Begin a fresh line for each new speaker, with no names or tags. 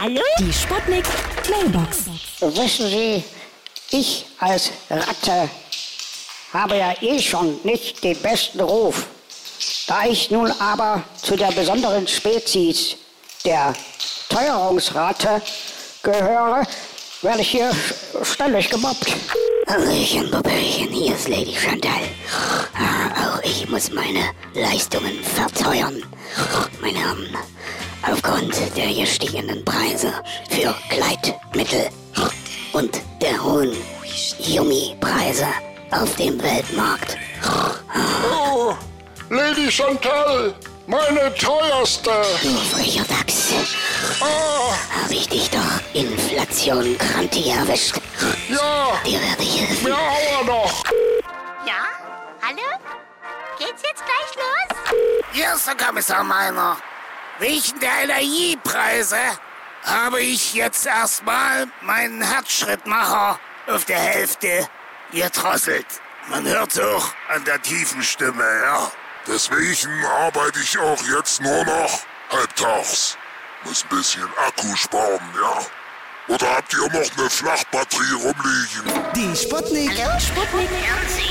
Hallo?
Die Sputnik Mailbox.
Wissen Sie, ich als Ratte habe ja eh schon nicht den besten Ruf. Da ich nun aber zu der besonderen Spezies der Teuerungsrate gehöre, werde ich hier ständig gemobbt.
Hallöchen, Bubelchen, hier ist Lady Chantal. Ah, Auch ich muss meine Leistungen verteuern, meine Herren, aufgrund der gestiegenen Preise für Kleidmittel und der hohen Yumi-Preise auf dem Weltmarkt.
Oh, Lady Chantal, meine teuerste.
Du frecher Dachs,
Ah,
habe ich dich doch Inflation Kranti erwischt.
ja,
Dir werde ich helfen.
mehr Auer noch.
Ja? Hallo? Geht's jetzt gleich los?
Hier ist der Kommissar Meiner. Wegen der Energiepreise habe ich jetzt erstmal meinen Herzschrittmacher auf der Hälfte gedrosselt. Man hört auch an der tiefen Stimme, ja.
Deswegen arbeite ich auch jetzt nur noch halbtags. Muss ein bisschen Akku sparen, ja? Oder habt ihr noch eine Flachbatterie rumliegen?
Die Sputnik.
Sputnik